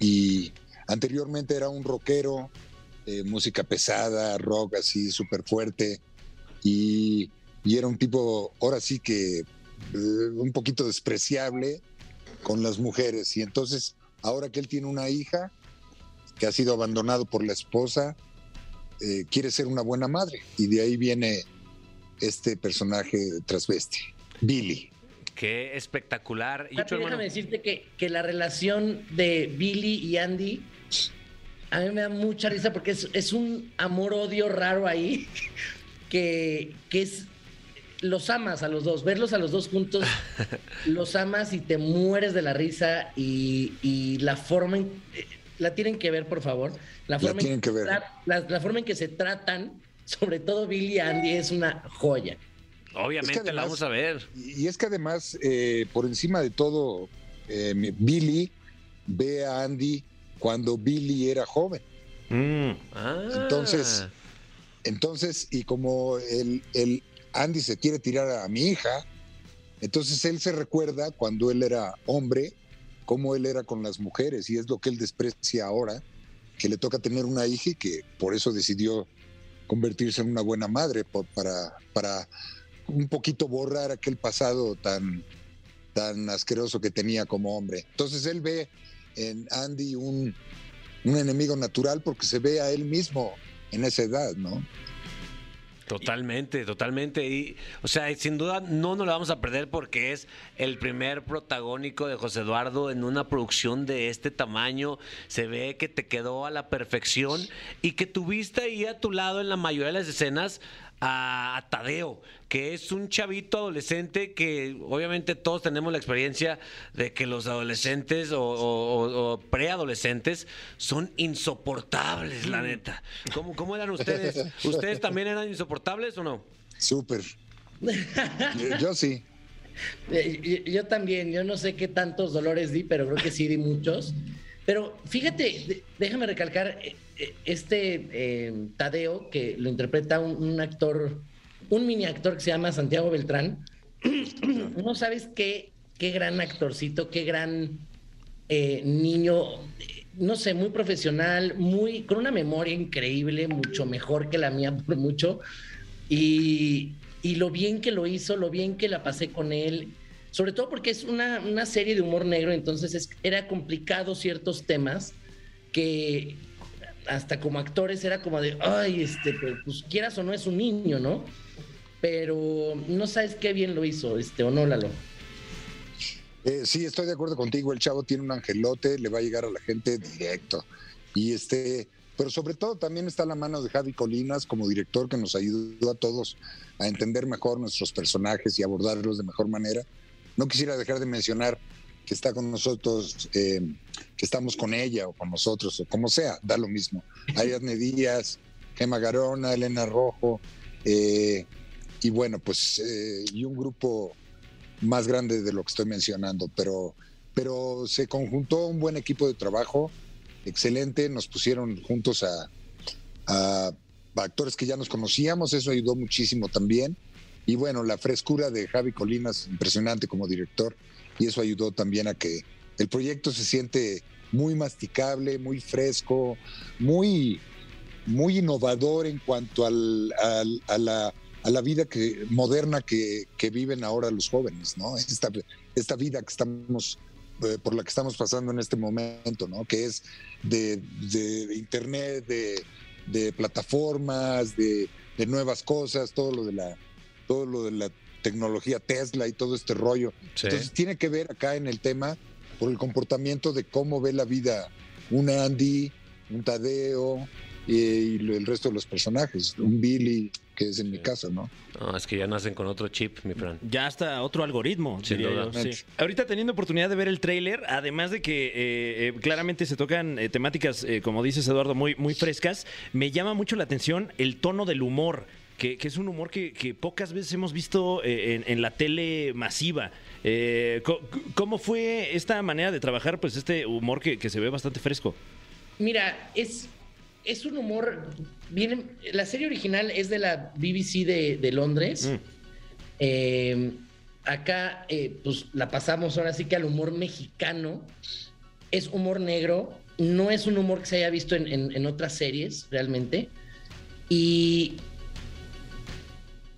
I: Y anteriormente era un rockero, eh, música pesada, rock así súper fuerte. Y, y era un tipo, ahora sí que eh, un poquito despreciable con las mujeres. Y entonces, ahora que él tiene una hija que ha sido abandonado por la esposa, eh, quiere ser una buena madre. Y de ahí viene este personaje transvesti, Billy.
B: Qué espectacular. ¿Y
F: Papi,
B: tu hermano?
F: déjame decirte que, que la relación de Billy y Andy a mí me da mucha risa porque es, es un amor-odio raro ahí que, que es los amas a los dos, verlos a los dos juntos, los amas y te mueres de la risa y, y la forma en- eh, la tienen que ver, por favor. La
I: La
F: forma, en,
I: tienen que ver.
F: la- la- la forma en que se tratan, sobre todo Billy y Andy, es una joya.
B: Obviamente
I: Es que
B: la
I: además-
B: vamos a ver.
I: Y y es que además, eh, por encima de todo, eh, mi- Billy ve a Andy cuando Billy era joven.
E: Mm.
B: Ah.
I: Entonces, Entonces, y como el, el Andy se quiere tirar a mi hija, entonces él se recuerda cuando él era hombre, cómo él era con las mujeres, y es lo que él desprecia ahora, que le toca tener una hija y que por eso decidió convertirse en una buena madre, po- para, para un poquito borrar aquel pasado tan, tan asqueroso que tenía como hombre. Entonces él ve en Andy un, un enemigo natural porque se ve a él mismo en esa edad, ¿no?
B: totalmente, totalmente. Y, o sea, y sin duda no nos la vamos a perder porque es el primer protagónico de José Eduardo en una producción de este tamaño. Se ve que te quedó a la perfección y que tuviste ahí a tu lado en la mayoría de las escenas a a Tadeo, que es un chavito adolescente que obviamente todos tenemos la experiencia de que los adolescentes o, o- o- o preadolescentes son insoportables, la neta. ¿Cómo, ¿Cómo eran ustedes? ¿Ustedes también eran insoportables o no?
I: Súper. Yo- Yo sí.
F: Eh, Yo, yo también, yo no sé qué tantos dolores di, pero creo que sí di muchos. Pero fíjate, de- déjame recalcar eh, eh, este eh, Tadeo, que lo interpreta un, un actor, un mini actor que se llama Santiago Beltrán. No sabes qué, qué gran actorcito, qué gran eh, niño, eh, no sé, muy profesional, muy con una memoria increíble, mucho mejor que la mía por mucho. Y, y lo bien que lo hizo, lo bien que la pasé con él, sobre todo porque es una, una serie de humor negro, entonces es- era complicado ciertos temas que hasta como actores era como de, ay, este, pero, pues quieras o no es un niño, ¿no? Pero no sabes qué bien lo hizo, este, o no, Lalo.
I: Eh, sí, estoy de acuerdo contigo. El chavo tiene un angelote, le va a llegar a la gente directo. Y este, pero sobre todo también está la mano de Javi Colinas como director que nos ayudó a todos a entender mejor nuestros personajes y abordarlos de mejor manera. No quisiera dejar de mencionar que está con nosotros, eh, que estamos con ella o con nosotros o como sea, da lo mismo. Ariadne Díaz, Gemma Garona, Elena Rojo, eh, y bueno, pues, eh, y un grupo más grande de lo que estoy mencionando, pero, pero se conjuntó un buen equipo de trabajo, excelente, nos pusieron juntos a, a actores que ya nos conocíamos, eso ayudó muchísimo también, y bueno, la frescura de Javi Colinas, impresionante como director, y eso ayudó también a que el proyecto se siente muy masticable, muy fresco, muy, muy innovador en cuanto al- al- a, la, a la vida que, moderna que, que viven ahora los jóvenes, ¿no? Esta, esta vida que estamos, eh, por la que estamos pasando en este momento, ¿no? Que es de, de internet, de, de plataformas, de, de nuevas cosas, todo lo de la, todo lo de la tecnología Tesla y todo este rollo. Entonces tiene que ver acá en el tema por el comportamiento de cómo ve la vida un Andy, un Tadeo eh, y, lo- el resto de los personajes, un Billy, que es en mi caso, ¿no?
B: No, es que ya nacen con otro chip, mi Fran.
E: Ya hasta otro algoritmo,
B: Sin
E: diría
B: duda.
E: yo, sí. Ahorita teniendo oportunidad de ver el tráiler, además de que eh, eh, claramente se tocan eh, temáticas, eh, como dices Eduardo, muy, muy frescas, me llama mucho la atención el tono del humor. Que, que es un humor que, que pocas veces hemos visto eh, en, en la tele masiva. Eh, co- ¿Cómo fue esta manera de trabajar, pues este humor que, que se ve bastante fresco?
F: Mira, es, es un humor. Viene, la serie original es de la BBC de, de Londres.
E: Mm.
F: Eh, acá, eh, pues la pasamos ahora sí que al humor mexicano. Es humor negro. No es un humor que se haya visto en, en- en otras series, realmente. Y.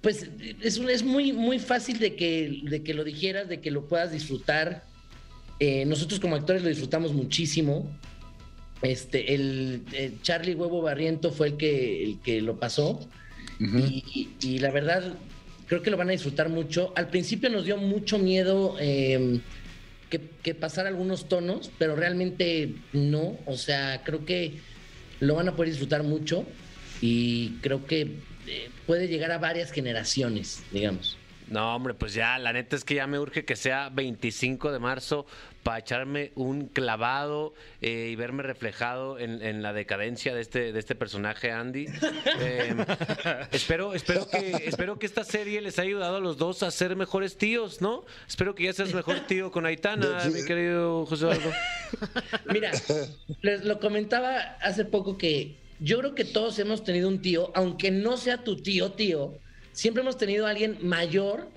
F: Pues es, un- es muy, muy fácil de que, de que lo dijeras, de que lo puedas disfrutar. Eh, nosotros como actores lo disfrutamos muchísimo. Este, el, el Charlie Huevo Barriento fue el que, el que lo pasó. y, y la verdad, creo que lo van a disfrutar mucho. Al principio nos dio mucho miedo eh, que, que pasara algunos tonos, pero realmente no. O sea, creo que lo van a poder disfrutar mucho y creo que eh, puede llegar a varias generaciones, digamos.
B: No, hombre, pues ya, la neta es que ya me urge que sea 25 de marzo para echarme un clavado eh, y verme reflejado en, en la decadencia de este, de este personaje, Andy. Eh, espero, espero, que, espero que esta serie les haya ayudado a los dos a ser mejores tíos, ¿no? Espero que ya seas mejor tío con Aitana, mi querido José Eduardo.
F: Mira, les lo comentaba hace poco que yo creo que todos hemos tenido un tío, aunque no sea tu tío, tío, siempre hemos tenido a alguien mayor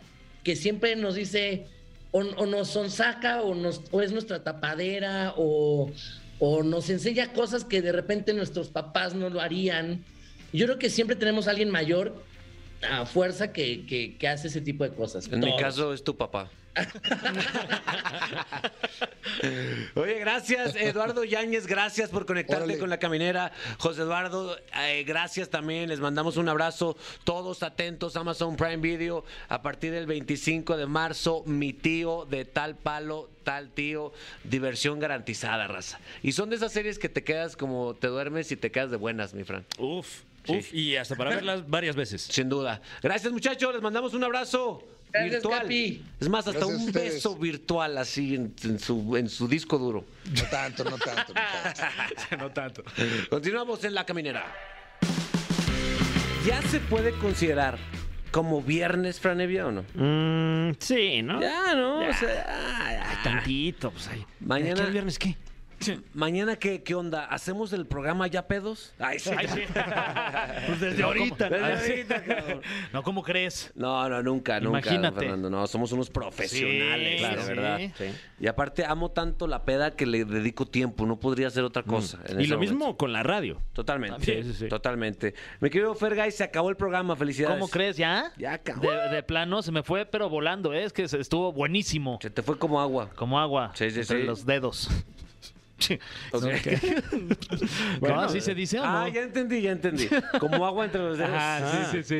F: que siempre nos dice o, o nos sonsaca o, nos, o es nuestra tapadera o, o nos enseña cosas que de repente nuestros papás no lo harían. Yo creo que siempre tenemos a alguien mayor a fuerza que, que- que hace ese tipo de cosas.
B: En mi
F: Todos.
B: caso es tu papá. Oye, gracias Eduardo Yáñez, gracias por conectarte
I: Órale.
B: con la caminera. José Eduardo, eh, gracias también, les mandamos un abrazo. Todos atentos, Amazon Prime Video, a partir del 25 de marzo, mi tío de tal palo, tal tío, diversión garantizada, raza. Y son de esas series que te quedas como te duermes y te quedas de buenas, mi Fran,
E: Uf,
B: Sí.
E: uf, y hasta para verlas varias veces.
B: sin duda. Gracias muchachos, les mandamos un abrazo.
F: Gracias,
B: virtual.
F: Capi.
B: Es más, hasta
I: Gracias a
B: un
I: ustedes.
B: beso virtual así en- en su, en su disco duro.
I: No tanto, no tanto. no
D: no tanto.
I: tanto.
B: Continuamos en La Caminera. Ya se puede considerar como viernes, Franevia, o no?
E: Mm, sí, ¿no?
B: Ya, ¿no?
E: Ya.
B: O sea, ah, ah.
E: Tantito, pues ahí.
B: Mañana-
E: ¿Qué el viernes qué?
B: Mañana, ¿qué, ¿qué onda? ¿Hacemos el programa ya pedos? Ay, sí.
D: Ay, sí. pues desde
E: No,
D: ahorita.
B: ¿cómo?
D: Ah,
B: Desde
D: sí.
B: ahorita, cabrón.
D: No, ¿cómo crees?
B: No, no, nunca, nunca,
D: Imagínate.
B: don Fernando. No, somos unos profesionales,
D: Sí,
B: la
D: sí.
B: verdad. Y aparte, amo tanto la peda que le dedico tiempo. No podría hacer
D: Mm.
B: otra cosa. en
E: Pues, Y
B: ese
E: lo
B: momento.
E: mismo con la radio.
B: Totalmente.
D: También, sí, sí.
B: Totalmente. Mi querido Fergay, se acabó el programa. Felicidades.
D: ¿Cómo crees? ¿Ya?
B: Ya acabó.
D: De, de plano se me fue, pero volando, ¿eh? es que se- estuvo buenísimo.
B: Se te fue como agua.
D: Como agua
B: Sí, sí,
D: entre
B: sí.
D: los dedos.
B: Ok.
D: ¿No? ¿Así se dice o no?
B: Ah, ya entendí, ya entendí. Como agua entre los dedos.
D: Ajá,
B: Ah.
D: sí, sí, sí.
B: Sí,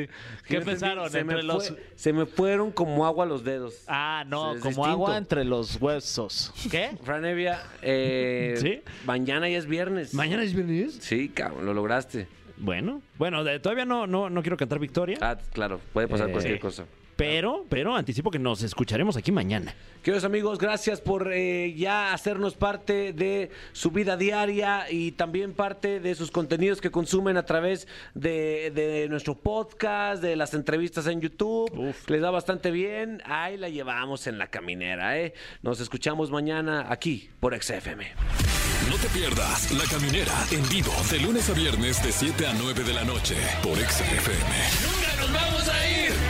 D: ¿Qué
B: ya entendí.
D: pensaron?
B: Se me
D: Entre los...
B: fue- se me fueron como agua los dedos.
D: Ah, no,
B: Es
D: como
B: distinto.
D: agua entre los huesos. ¿Qué?
B: Franevia, eh,
E: ¿Sí?
B: mañana ya es viernes.
E: ¿Mañana es viernes?
B: Sí, cabrón, lo lograste.
E: Bueno, bueno, de- todavía no, no, no quiero cantar victoria,
B: Ah, claro, puede pasar
E: Eh,
B: cualquier
E: sí.
B: cosa.
E: pero, pero anticipo que nos escucharemos aquí mañana.
B: Queridos amigos, gracias por eh, ya hacernos parte de su vida diaria y también parte de sus contenidos que consumen a través de, de nuestro podcast, de las entrevistas en YouTube. Les da bastante bien. Ahí la llevamos en la caminera, ¿eh? Nos escuchamos mañana aquí por XFM.
A: No te pierdas La Caminera en vivo de lunes a viernes de 7 a 9 de la noche por Exa FM.
F: ¡Nunca nos vamos a ir!